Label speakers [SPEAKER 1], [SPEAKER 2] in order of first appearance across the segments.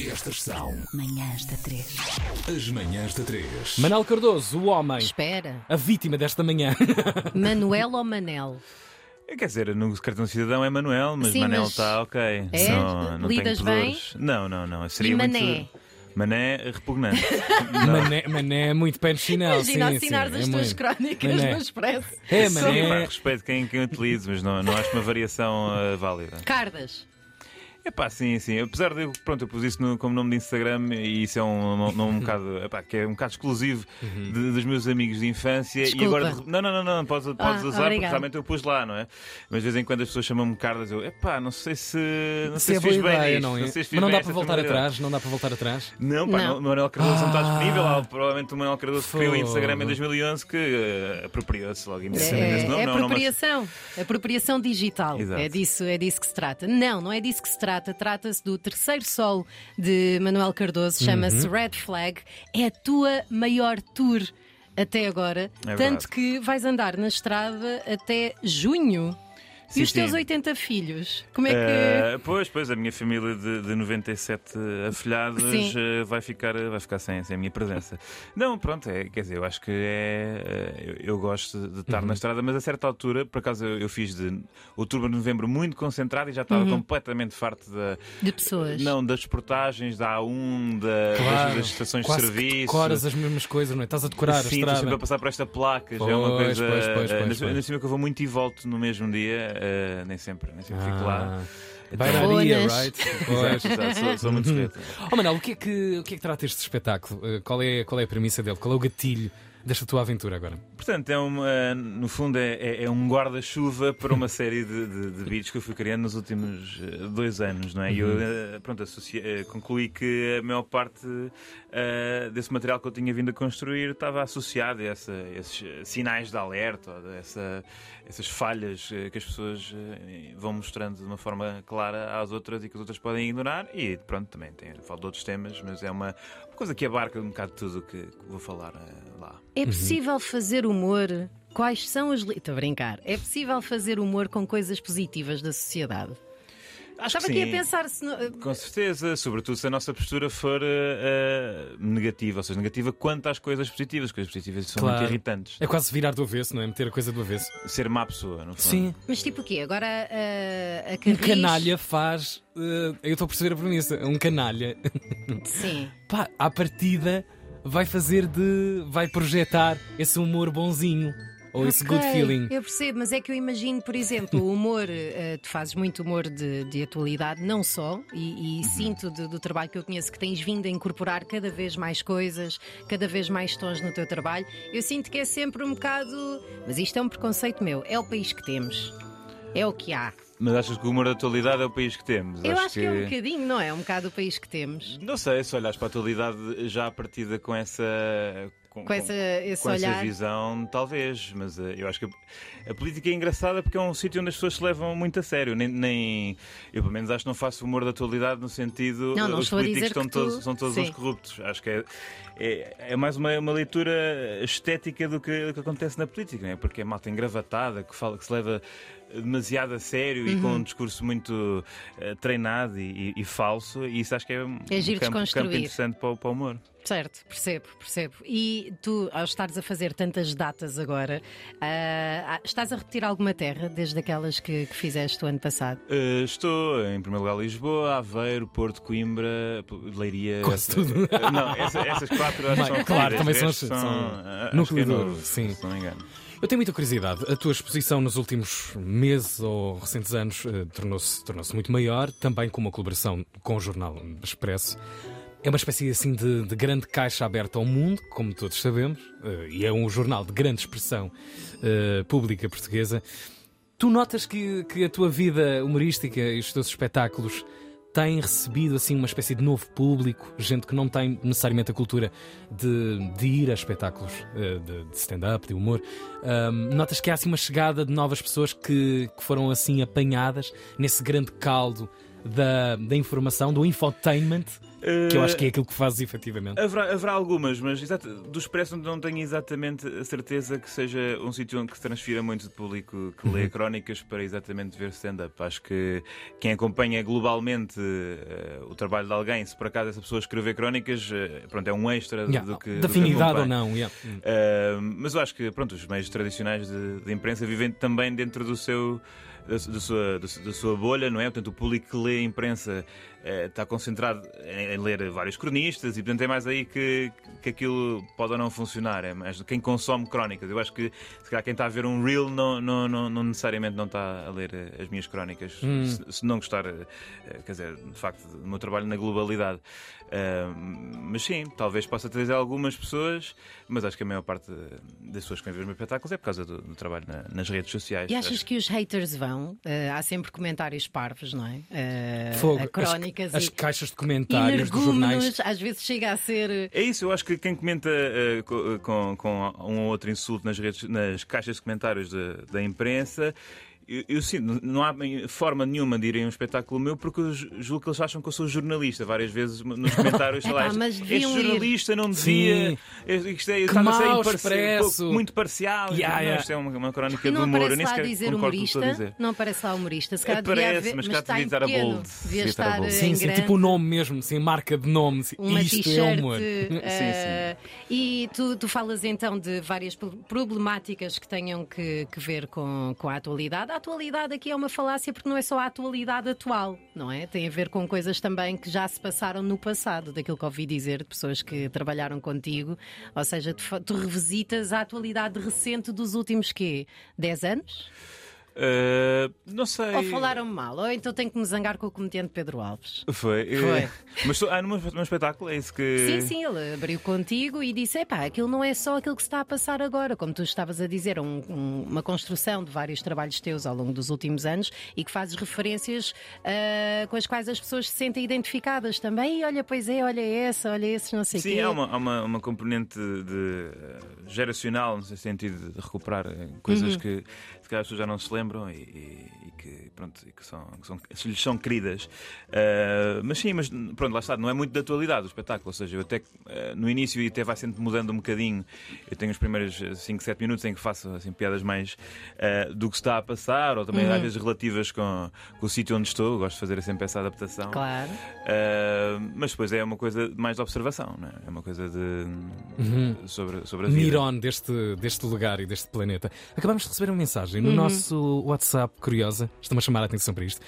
[SPEAKER 1] Estas são
[SPEAKER 2] Manhãs da 3.
[SPEAKER 1] as manhãs da 3.
[SPEAKER 3] Manel Cardoso, o homem,
[SPEAKER 2] Espera.
[SPEAKER 3] a vítima desta manhã.
[SPEAKER 2] Manuel ou Manel?
[SPEAKER 4] É, Quer dizer, no cartão de cidadão é Manuel, mas
[SPEAKER 2] Sim,
[SPEAKER 4] Manel
[SPEAKER 2] mas-
[SPEAKER 4] está ok.
[SPEAKER 2] É?
[SPEAKER 4] Não, não
[SPEAKER 2] Lidas
[SPEAKER 4] tenho pudores. Não, não, não. Seria
[SPEAKER 2] E
[SPEAKER 4] muito-
[SPEAKER 2] Mané?
[SPEAKER 4] Mané é repugnante.
[SPEAKER 3] Mané, mané é muito pé no
[SPEAKER 4] Ah,
[SPEAKER 3] chinelo.
[SPEAKER 2] Imagina
[SPEAKER 3] sim,
[SPEAKER 2] assinares
[SPEAKER 3] sim,
[SPEAKER 2] as
[SPEAKER 3] é
[SPEAKER 2] tuas
[SPEAKER 3] muito.
[SPEAKER 2] crónicas
[SPEAKER 3] Mané.
[SPEAKER 2] no Expresso.
[SPEAKER 3] É,
[SPEAKER 4] Sim, pá,
[SPEAKER 3] mané.
[SPEAKER 4] respeito quem, quem utiliza, mas não, não acho uma variação ah, válida.
[SPEAKER 2] Cardas.
[SPEAKER 4] É pá, sim, sim. Apesar de eu, pronto, eu pus isso no- como nome de Instagram e isso é um, um, um bocado, epá, que é um bocado exclusivo
[SPEAKER 3] Uhum.
[SPEAKER 4] de- dos meus amigos de infância.
[SPEAKER 2] Desculpa.
[SPEAKER 4] E agora, de- não, não, não, não, podes,
[SPEAKER 3] Ah,
[SPEAKER 4] podes usar porque
[SPEAKER 2] obrigada.
[SPEAKER 4] realmente eu pus lá, não é? Mas de vez em quando as pessoas chamam-me Cardas, eu, epá, não sei se, não
[SPEAKER 3] Isso
[SPEAKER 4] sei
[SPEAKER 3] é
[SPEAKER 4] se
[SPEAKER 3] boa
[SPEAKER 4] fiz bem
[SPEAKER 3] ideia,
[SPEAKER 4] isto,
[SPEAKER 3] não é?
[SPEAKER 4] sei
[SPEAKER 3] Mas
[SPEAKER 4] se fiz
[SPEAKER 3] não
[SPEAKER 4] bem
[SPEAKER 3] dá
[SPEAKER 4] esta
[SPEAKER 3] para voltar
[SPEAKER 4] tonalidade."
[SPEAKER 3] atrás, não dá para voltar atrás.
[SPEAKER 4] Não, pá,
[SPEAKER 2] Não.
[SPEAKER 4] não. é o Manuel Cardoso não está
[SPEAKER 3] Ah.
[SPEAKER 4] disponível. Ah, provavelmente o Manuel Cardoso criou o
[SPEAKER 3] Fogo.
[SPEAKER 4] Instagram em 2011 que eh, apropriou-se logo imediatamente
[SPEAKER 2] É,
[SPEAKER 4] desse nome.
[SPEAKER 2] é
[SPEAKER 4] Não, não, mas-
[SPEAKER 2] apropriação. É Apropriação digital.
[SPEAKER 4] Exato.
[SPEAKER 2] É disso, é disso que se trata. Não, não é disso que se trata. Trata-se do terceiro solo de Manuel
[SPEAKER 4] Uhum.
[SPEAKER 2] Cardoso. Chama-se Red Flag. É a tua maior tour até agora.
[SPEAKER 4] É
[SPEAKER 2] tanto
[SPEAKER 4] verdade.
[SPEAKER 2] que vais andar na estrada até junho.
[SPEAKER 4] Sim,
[SPEAKER 2] e os teus
[SPEAKER 4] sim.
[SPEAKER 2] 80 filhos? Como é que.
[SPEAKER 4] Eh, pois, pois, a minha família de, de 97 afilhados
[SPEAKER 2] Sim.
[SPEAKER 4] eh, vai ficar, vai ficar sem, sem a minha presença. Não, pronto, é, quer dizer, eu acho que é. eh, eu, eu gosto de estar na
[SPEAKER 2] Uhum.
[SPEAKER 4] estrada, mas a certa altura, por acaso, eu, eu fiz de outubro a novembro muito concentrado e já estava completamente farto da.
[SPEAKER 2] De Uhum. pessoas.
[SPEAKER 4] Não, das portagens da A1, da- das, das estações
[SPEAKER 3] quase
[SPEAKER 4] de
[SPEAKER 3] que
[SPEAKER 4] serviço.
[SPEAKER 3] decoras as mesmas coisas, não é? Estás a decorar
[SPEAKER 4] Sim,
[SPEAKER 3] a
[SPEAKER 4] estou sempre a
[SPEAKER 3] estrada.
[SPEAKER 4] passar por esta placa. já é
[SPEAKER 3] Pois,
[SPEAKER 4] uma coisa.
[SPEAKER 3] pois, pois,
[SPEAKER 4] eh,
[SPEAKER 3] pois,
[SPEAKER 4] ainda-
[SPEAKER 3] pois.
[SPEAKER 4] ainda por cima que eu vou muito e volto no mesmo dia, eh, nem sempre, nem sempre fico lá.
[SPEAKER 3] Ah, Bairaria,
[SPEAKER 2] Fonas.
[SPEAKER 3] right?
[SPEAKER 4] Exato,
[SPEAKER 3] Pois.
[SPEAKER 4] exato, sou, sou muito discreto.
[SPEAKER 3] Oh, Manel, o que, é que, o que é que trata este espetáculo? Eh, Qual é, qual é a premissa dele? Qual é o gatilho desta tua aventura agora?
[SPEAKER 4] Portanto, é uma, eh, no fundo, é, é- é um guarda-chuva para uma série de, de, de beats que eu fui criando nos últimos eh, dois anos, não é? E eu, eh, pronto, associa- eh, concluí que a maior parte eh, desse material que eu tinha vindo a construir estava associado a essa- esses eh, sinais de alerta, ou a essa- essas falhas eh, que as pessoas eh, vão mostrando de uma forma clara às outras e que as outras podem ignorar. E pronto, também tem, falo de outros temas, mas é uma, uma coisa que abarca um bocado tudo o que, que vou falar eh, lá.
[SPEAKER 3] Uhum.
[SPEAKER 2] É possível fazer humor? Quais são as. Estou a brincar. É possível fazer humor com coisas positivas da sociedade?
[SPEAKER 4] Acho
[SPEAKER 2] Estava
[SPEAKER 4] que
[SPEAKER 2] aqui a
[SPEAKER 4] sim.
[SPEAKER 2] pensar se. não-
[SPEAKER 4] Com certeza, sobretudo se a nossa postura for eh, eh, negativa, ou seja, negativa quanto às coisas positivas, coisas positivas são
[SPEAKER 3] Claro.
[SPEAKER 4] muito irritantes. né?
[SPEAKER 3] É quase virar do avesso, não é? Meter a coisa do avesso.
[SPEAKER 4] Ser má pessoa, no fundo.
[SPEAKER 2] Mas tipo o quê? Agora ah, a
[SPEAKER 3] Um
[SPEAKER 2] Carris...
[SPEAKER 3] canalha faz. eh, eu estou a perceber a premissa. Um canalha,
[SPEAKER 2] Sim.
[SPEAKER 3] pá, à partida, vai fazer de. vai projetar esse humor bonzinho. Ou esse good
[SPEAKER 2] Ok,
[SPEAKER 3] feeling.
[SPEAKER 2] Eu percebo, mas é que eu imagino, por exemplo, o humor, eh, tu fazes muito humor de, de atualidade, não só, e, e sinto do, do trabalho que eu conheço que tens vindo a incorporar cada vez mais coisas, cada vez mais tons no teu trabalho. Eu sinto que é sempre um bocado. Mas isto é um preconceito meu, é o país que temos. É o que há.
[SPEAKER 4] Mas achas que o humor da atualidade é o país que temos?
[SPEAKER 2] eu acho que... é um bocadinho, não é? É um bocado o país que temos.
[SPEAKER 4] Não sei, se olhares para a atualidade já à partida com essa.
[SPEAKER 2] Com essa, esse
[SPEAKER 4] com
[SPEAKER 2] olhar.
[SPEAKER 4] essa visão, talvez, mas eh, eu acho que a, a política é engraçada porque é um sítio onde as pessoas se levam muito a sério. Nem, nem- eu, pelo menos, acho que não faço humor da atualidade no sentido
[SPEAKER 2] Não, não
[SPEAKER 4] eh, os
[SPEAKER 2] estou a
[SPEAKER 4] políticos
[SPEAKER 2] dizer que
[SPEAKER 4] estão todos,
[SPEAKER 2] tu-
[SPEAKER 4] são todos
[SPEAKER 2] Sim.
[SPEAKER 4] uns corruptos. Acho que é, é, é mais uma, uma leitura estética do que, do que acontece na política, não é? porque é malta engravatada que, fala, que se leva demasiado a sério e com
[SPEAKER 2] Uhum.
[SPEAKER 4] um discurso muito eh, treinado e, e- e falso. E isso acho que é um
[SPEAKER 2] É giro
[SPEAKER 4] campo, campo
[SPEAKER 2] desconstruir.
[SPEAKER 4] interessante para, o- para o humor.
[SPEAKER 2] Certo, percebo, percebo. E tu, ao estares a fazer tantas datas agora, ah, ah, estás a repetir alguma terra desde aquelas que, que fizeste o ano passado?
[SPEAKER 4] Uh, estou em primeiro lugar Lisboa, Aveiro, Porto, Coimbra, P- Leiria.
[SPEAKER 3] Quase tudo.
[SPEAKER 4] Uh, Não, essa- essas quatro acho que
[SPEAKER 3] Bem,
[SPEAKER 4] são
[SPEAKER 3] claro,
[SPEAKER 4] referíveis.
[SPEAKER 3] também são
[SPEAKER 4] Estes
[SPEAKER 3] as- são
[SPEAKER 4] uh, acho que
[SPEAKER 3] núcleo
[SPEAKER 4] é
[SPEAKER 3] duro,
[SPEAKER 4] novo,
[SPEAKER 3] sim.
[SPEAKER 4] Se não me engano.
[SPEAKER 3] Eu tenho muita curiosidade. A tua exposição nos últimos meses ou recentes anos eh, tornou-se tornou muito maior, também com uma colaboração com o jornal Expresso. É uma espécie assim de, de grande caixa aberta ao mundo, como todos sabemos, eh, e é um jornal de grande expressão eh, pública portuguesa. Tu notas que, que a tua vida humorística e os teus espetáculos têm recebido assim uma espécie de novo público, gente que não tem necessariamente a cultura de, de ir a espetáculos eh, de, de stand-up, de humor. Ahm, notas que há assim uma chegada de novas pessoas que, que foram assim apanhadas nesse grande caldo da, da informação, do infotainment, que eu acho que é aquilo que fazes efetivamente.
[SPEAKER 4] Eh, Haverá, haverá algumas, mas exato, do Expresso não tenho exatamente a certeza que seja um sítio onde que se transfira muito de público que
[SPEAKER 3] Uhum.
[SPEAKER 4] lê crónicas para exatamente ver stand-up. Acho que quem acompanha globalmente eh, o trabalho de alguém, se por acaso essa pessoa escrever crónicas, eh, pronto, é um extra do-
[SPEAKER 3] Yeah,
[SPEAKER 4] do que. do
[SPEAKER 3] de
[SPEAKER 4] que
[SPEAKER 3] afinidade
[SPEAKER 4] acompanha.
[SPEAKER 3] ou não. yeah. Hum.
[SPEAKER 4] Uh, mas eu acho que pronto, os meios tradicionais de, de imprensa vivem também dentro do seu da, su- da sua, da, su- da sua bolha, não é? Portanto, o público que lê a imprensa eh, está concentrado em, em ler vários cronistas e, portanto, é mais aí que, que aquilo pode ou não funcionar. É mais quem consome crónicas. Eu acho que, se calhar, quem está a ver um reel não, não, não, não necessariamente não está a ler eh, as minhas crónicas.
[SPEAKER 2] Hum.
[SPEAKER 4] Se, se não gostar, eh, eh, quer dizer, de facto, do meu trabalho na globalidade. Ah, mas sim, talvez possa trazer algumas pessoas, mas acho que a maior parte eh, das pessoas que vêm ver os meus espetáculos é por causa do, do trabalho na- nas redes sociais.
[SPEAKER 2] E achas
[SPEAKER 4] Acho-
[SPEAKER 2] que os haters vão? Eh, há sempre comentários parvos, não é? Eh,
[SPEAKER 3] Fogo,
[SPEAKER 2] a
[SPEAKER 3] as-
[SPEAKER 2] crónicas
[SPEAKER 3] as,
[SPEAKER 2] e,
[SPEAKER 3] caixas de
[SPEAKER 2] e
[SPEAKER 3] comentários dos jornais.
[SPEAKER 2] energúmenos, às vezes chega a ser. eh,
[SPEAKER 4] É isso, eu acho que quem comenta eh, co- com, com um ou outro insulto nas, redes, nas caixas de comentários de- da imprensa. Eu, eu sinto, não há forma nenhuma de ir a um espetáculo meu porque eu ju- julgo que eles acham que eu sou jornalista. Várias vezes nos comentários, sei lá,
[SPEAKER 2] Epá, mas
[SPEAKER 4] este,
[SPEAKER 2] deviam ir."
[SPEAKER 4] jornalista não
[SPEAKER 3] Sim.
[SPEAKER 4] devia. Este, isto é, está a ser
[SPEAKER 3] mau
[SPEAKER 4] imparcial,
[SPEAKER 3] expresso.
[SPEAKER 4] pouco- muito parcial.
[SPEAKER 3] Yeah,
[SPEAKER 4] Não,
[SPEAKER 3] yeah.
[SPEAKER 4] Isto é uma, uma crónica
[SPEAKER 2] E
[SPEAKER 4] de
[SPEAKER 2] não
[SPEAKER 4] humor. Eu
[SPEAKER 2] aparece
[SPEAKER 4] nem
[SPEAKER 2] lá a
[SPEAKER 4] sequer
[SPEAKER 2] dizer
[SPEAKER 4] concordo com o que estou a dizer.
[SPEAKER 2] humorista. Não aparece lá humorista. Se calhar devia
[SPEAKER 4] Aparece,
[SPEAKER 2] haver,
[SPEAKER 4] mas
[SPEAKER 2] mas
[SPEAKER 4] cá
[SPEAKER 2] está em
[SPEAKER 4] devia estar a
[SPEAKER 2] pequeno.
[SPEAKER 4] bold.
[SPEAKER 2] Devia
[SPEAKER 4] Devia estar a
[SPEAKER 2] estar
[SPEAKER 4] bold.
[SPEAKER 2] eh,
[SPEAKER 3] Sim,
[SPEAKER 2] em
[SPEAKER 3] sim,
[SPEAKER 2] grande.
[SPEAKER 3] tipo o nome mesmo, sim, marca de nome. sim,
[SPEAKER 2] Uma
[SPEAKER 3] Isto
[SPEAKER 2] t-shirt.
[SPEAKER 3] é humor.
[SPEAKER 2] eh, E tu, tu falas então de várias pro- problemáticas que tenham que, que ver com, com a atualidade. A atualidade aqui é uma falácia porque não é só a atualidade atual, não é? Tem a ver com coisas também que já se passaram no passado, daquilo que ouvi dizer de pessoas que trabalharam contigo. Ou seja, tu, fa- tu revisitas a atualidade recente dos últimos quê? 10 anos?
[SPEAKER 4] Eh, não sei.
[SPEAKER 2] Ou falaram mal? Ou então tenho que me zangar com o comediante Pedro Alves?
[SPEAKER 4] Foi. eh,
[SPEAKER 2] Foi.
[SPEAKER 4] Mas tu- ah, num, num espetáculo é isso
[SPEAKER 2] Sim,
[SPEAKER 4] que.
[SPEAKER 2] sim, ele abriu contigo e disse: epá, aquilo não é só aquilo que se está a passar agora, como tu estavas a dizer, é um- um- uma construção de vários trabalhos teus ao longo dos últimos anos e que fazes referências ah, com as quais as pessoas se sentem identificadas também. E olha, pois é, olha essa, olha esses, não sei o
[SPEAKER 4] Sim,
[SPEAKER 2] quê.
[SPEAKER 4] há uma, há uma, uma componente de, eh, geracional, no sentido de recuperar eh,
[SPEAKER 2] Uhum.
[SPEAKER 4] coisas que se calhar as pessoas já não se lembram e, e- e que, pronto, e que, são, que são, que lhes são queridas. Eh, mas sim, mas pronto, lá está, não é muito da atualidade o espetáculo. Ou seja, eu até que, eh, no início e até vai sempre mudando um bocadinho. Eu tenho os primeiros 5, 7 minutos em que faço assim, piadas mais eh, do que se está a passar, ou
[SPEAKER 2] Uhum.
[SPEAKER 4] também às vezes relativas com, com o sítio onde estou. Eu Gosto de fazer sempre essa adaptação.
[SPEAKER 2] Claro.
[SPEAKER 4] Uh, mas depois é uma coisa mais de observação, não é? É uma coisa de. sobre, sobre a vida.
[SPEAKER 3] Miron deste, deste lugar e deste planeta. Acabamos de receber uma mensagem
[SPEAKER 2] Uhum.
[SPEAKER 3] no nosso WhatsApp, curiosa. Estão a chamar a atenção para isto.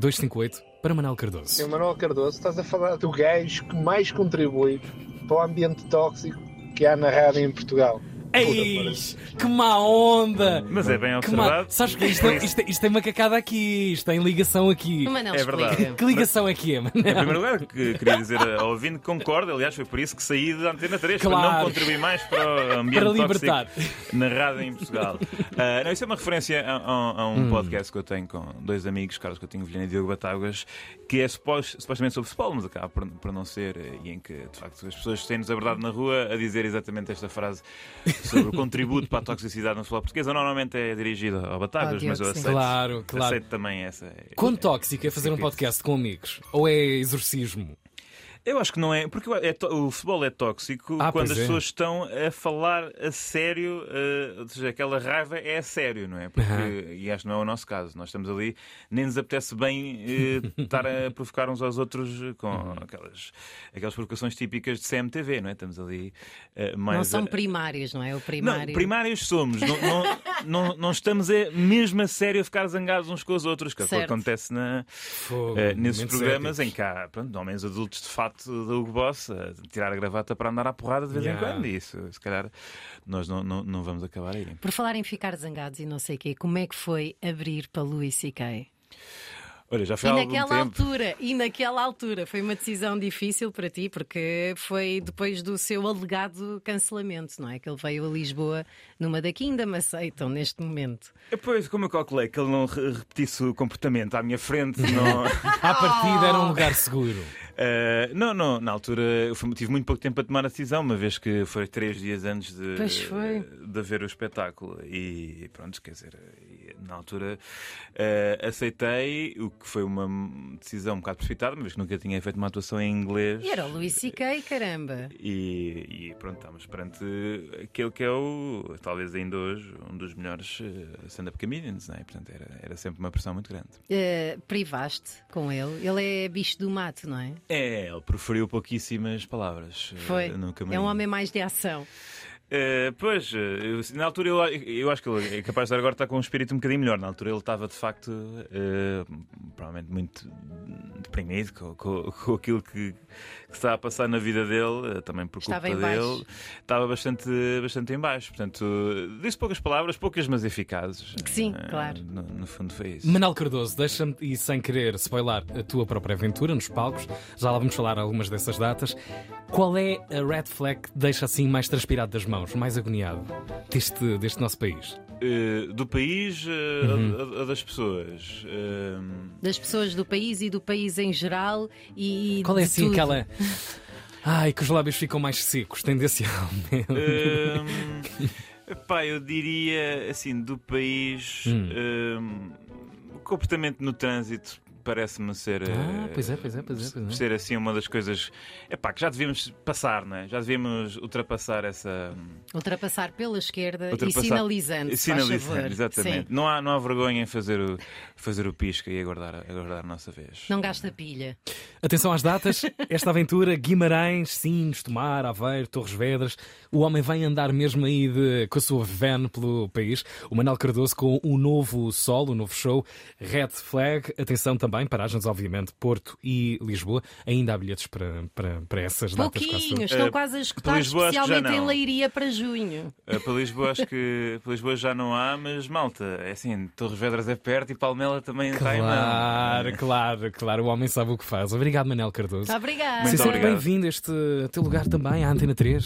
[SPEAKER 3] 924-125-258 para Manuel Cardoso.
[SPEAKER 5] Sim, Manuel Cardoso, estás a falar do gajo que mais contribui para o ambiente tóxico que há na rádio em Portugal.
[SPEAKER 3] Eis! Que má onda!
[SPEAKER 4] Mas é bem
[SPEAKER 3] Que má...
[SPEAKER 4] observado.
[SPEAKER 3] Sabes que isto, é, isto, isto tem macacada aqui, isto tem ligação aqui.
[SPEAKER 2] Mas não
[SPEAKER 4] É verdade.
[SPEAKER 2] explica.
[SPEAKER 3] Que ligação é que é, mano?
[SPEAKER 4] Em primeiro lugar, que queria dizer ao ouvinte que concordo, aliás, foi por isso que saí da Antena 3, para
[SPEAKER 3] Claro.
[SPEAKER 4] não contribuir mais para o ambiente
[SPEAKER 3] Para libertar.
[SPEAKER 4] tóxico na rádio em Portugal. Ah, não, isso é uma referência a, a- a um podcast que eu tenho com dois amigos, Carlos Coutinho Vilhena e Diogo Batáguas, que é supos- supostamente sobre futebol, mas acaba por, por não ser, eh, e em que, de facto, as pessoas têm-nos abordado na rua a dizer exatamente esta frase sobre o contributo para a toxicidade no futebol português. Eu normalmente é dirigido ao
[SPEAKER 2] Ao
[SPEAKER 4] Batáguas,
[SPEAKER 2] Diogo,
[SPEAKER 4] mas eu
[SPEAKER 2] sim.
[SPEAKER 4] aceito,
[SPEAKER 3] Claro, claro.
[SPEAKER 4] aceito também essa.
[SPEAKER 3] Quão tóxico é fazer um
[SPEAKER 4] Sim, sim.
[SPEAKER 3] podcast com amigos? Ou é exorcismo?
[SPEAKER 4] Eu acho que não é, porque eu- é tó- o futebol é tóxico
[SPEAKER 3] Ah,
[SPEAKER 4] quando
[SPEAKER 3] pois
[SPEAKER 4] as
[SPEAKER 3] é.
[SPEAKER 4] pessoas estão a falar a sério, eh, ou seja, aquela raiva é a sério, não é? Porque,
[SPEAKER 3] Aham.
[SPEAKER 4] E acho que não é o nosso caso. Nós estamos ali, nem nos apetece bem eh, estar a provocar uns aos outros eh, com
[SPEAKER 3] Uhum.
[SPEAKER 4] aquelas, aquelas provocações típicas de CMTV, não é? Estamos ali eh, mais.
[SPEAKER 2] Não são
[SPEAKER 4] a-
[SPEAKER 2] primários, não é? O primário.
[SPEAKER 4] não, primários somos. Não, não, não, não estamos a, mesmo a sério a ficar zangados uns com os outros, que é o que
[SPEAKER 2] Certo.
[SPEAKER 4] acontece na,
[SPEAKER 3] Fogo,
[SPEAKER 4] eh, nesses
[SPEAKER 3] momentos
[SPEAKER 4] programas
[SPEAKER 3] épicos.
[SPEAKER 4] em que há pronto, homens adultos de fato da Hugo Boss a tirar a gravata para andar à porrada de vez
[SPEAKER 3] Yeah.
[SPEAKER 4] em quando. E isso, se calhar, nós não, não, não vamos acabar aí.
[SPEAKER 2] Por falar em ficar zangados e não sei o quê, como é que foi abrir para Luís C.K.?
[SPEAKER 4] Olha, já
[SPEAKER 2] E
[SPEAKER 4] foi há algum
[SPEAKER 2] naquela
[SPEAKER 4] tempo.
[SPEAKER 2] altura, e naquela altura foi uma decisão difícil para ti, porque foi depois do seu alegado cancelamento, não é? Que ele veio a Lisboa numa daqui ainda me aceitam neste momento.
[SPEAKER 4] Depois, como eu calculei que
[SPEAKER 2] Ah!
[SPEAKER 4] ele não re- repetisse o comportamento à minha frente, não.
[SPEAKER 3] À partida era um lugar seguro.
[SPEAKER 4] Eh, não, não, na altura eu fui- tive muito pouco tempo para tomar a decisão, uma vez que foi três dias antes de,
[SPEAKER 2] Pois foi.
[SPEAKER 4] de ver o espetáculo. E pronto, quer dizer, e na altura eh, aceitei, o que foi uma decisão um bocado precipitada, uma vez que nunca tinha feito uma atuação em inglês.
[SPEAKER 2] E era o Luís C.K., caramba.
[SPEAKER 4] E, e pronto, estamos perante aquele que é o, talvez ainda hoje, um dos melhores eh, stand-up comedians, não é? Portanto, era, era sempre uma pressão muito grande.
[SPEAKER 2] Eh, privaste com ele. Ele é bicho do mato, não é?
[SPEAKER 4] É, ele preferiu pouquíssimas palavras. eh,
[SPEAKER 2] Foi.
[SPEAKER 4] no camarim.
[SPEAKER 2] É um homem mais de ação.
[SPEAKER 4] Eh, pois, eh, eu- na altura eu, eu acho que ele é capaz de agora estar com um espírito um bocadinho melhor. Na altura ele estava de facto, eh, provavelmente, muito deprimido com, com- com aquilo que, que se está a passar na vida dele, eh, também por
[SPEAKER 2] Estava
[SPEAKER 4] culpa
[SPEAKER 2] em baixo.
[SPEAKER 4] dele. Estava bastante, bastante em baixo. Portanto, eh, disse poucas palavras, poucas, mas eficazes.
[SPEAKER 2] Sim,
[SPEAKER 4] Eh,
[SPEAKER 2] claro.
[SPEAKER 4] No, no fundo foi isso.
[SPEAKER 3] Manal Cardoso, deixa-me, e sem querer spoilar a tua própria aventura nos palcos, já lá vamos falar algumas dessas datas. Qual é a red flag que deixa assim mais transpirado das mãos, mais agoniado deste, deste nosso país?
[SPEAKER 4] Eh, do país eh, a- a- a das pessoas. Eh,
[SPEAKER 2] Das pessoas do país e do país em geral. E, e
[SPEAKER 3] Qual é
[SPEAKER 2] de
[SPEAKER 3] assim
[SPEAKER 2] tudo.
[SPEAKER 3] aquela. Ai, que os lábios ficam mais secos, tendencialmente.
[SPEAKER 4] Hum, pá, eu diria assim, do país, hum, o comportamento no trânsito parece-me ser.
[SPEAKER 3] Ah,
[SPEAKER 4] eh,
[SPEAKER 3] pois é, pois é, pois é, pois é.
[SPEAKER 4] Ser assim uma das coisas epá, que já devíamos passar, não é? Já devíamos ultrapassar essa.
[SPEAKER 2] Ultrapassar pela esquerda
[SPEAKER 4] ultrapassar-
[SPEAKER 2] e sinalizando. se faz
[SPEAKER 4] Sinalizando,
[SPEAKER 2] favor.
[SPEAKER 4] exatamente.
[SPEAKER 2] Sim.
[SPEAKER 4] Não há, não há vergonha em fazer o, fazer o pisca e aguardar, aguardar a nossa vez.
[SPEAKER 2] Não gasta pilha.
[SPEAKER 3] Atenção às datas. Esta aventura, Guimarães, Sines, Tomar, Aveiro, Torres Vedras. O homem vai andar mesmo aí de- com a sua van pelo país. O Manuel Cardoso com o novo solo, o novo show. Red Flag. Atenção também, paragens, obviamente, Porto e Lisboa. Ainda há bilhetes para, para, para essas datas. quase todas.
[SPEAKER 2] Pouquinhos, estão
[SPEAKER 4] Eh,
[SPEAKER 2] quase a escutar,
[SPEAKER 4] Lisboa acho que já
[SPEAKER 2] especialmente em
[SPEAKER 4] não.
[SPEAKER 2] Leiria para junho.
[SPEAKER 4] Eh, para Lisboa, acho que para Lisboa já não há, mas malta, é assim, Torres Vedras é perto e Palmela também está em mão.
[SPEAKER 3] Claro, claro, claro. O homem sabe o que faz. Obrigado, Manuel Cardoso.
[SPEAKER 2] Tá, Obrigada.
[SPEAKER 4] Muito
[SPEAKER 3] Seja sempre
[SPEAKER 4] obrigado.
[SPEAKER 3] bem-vindo a este teu lugar também, à Antena 3.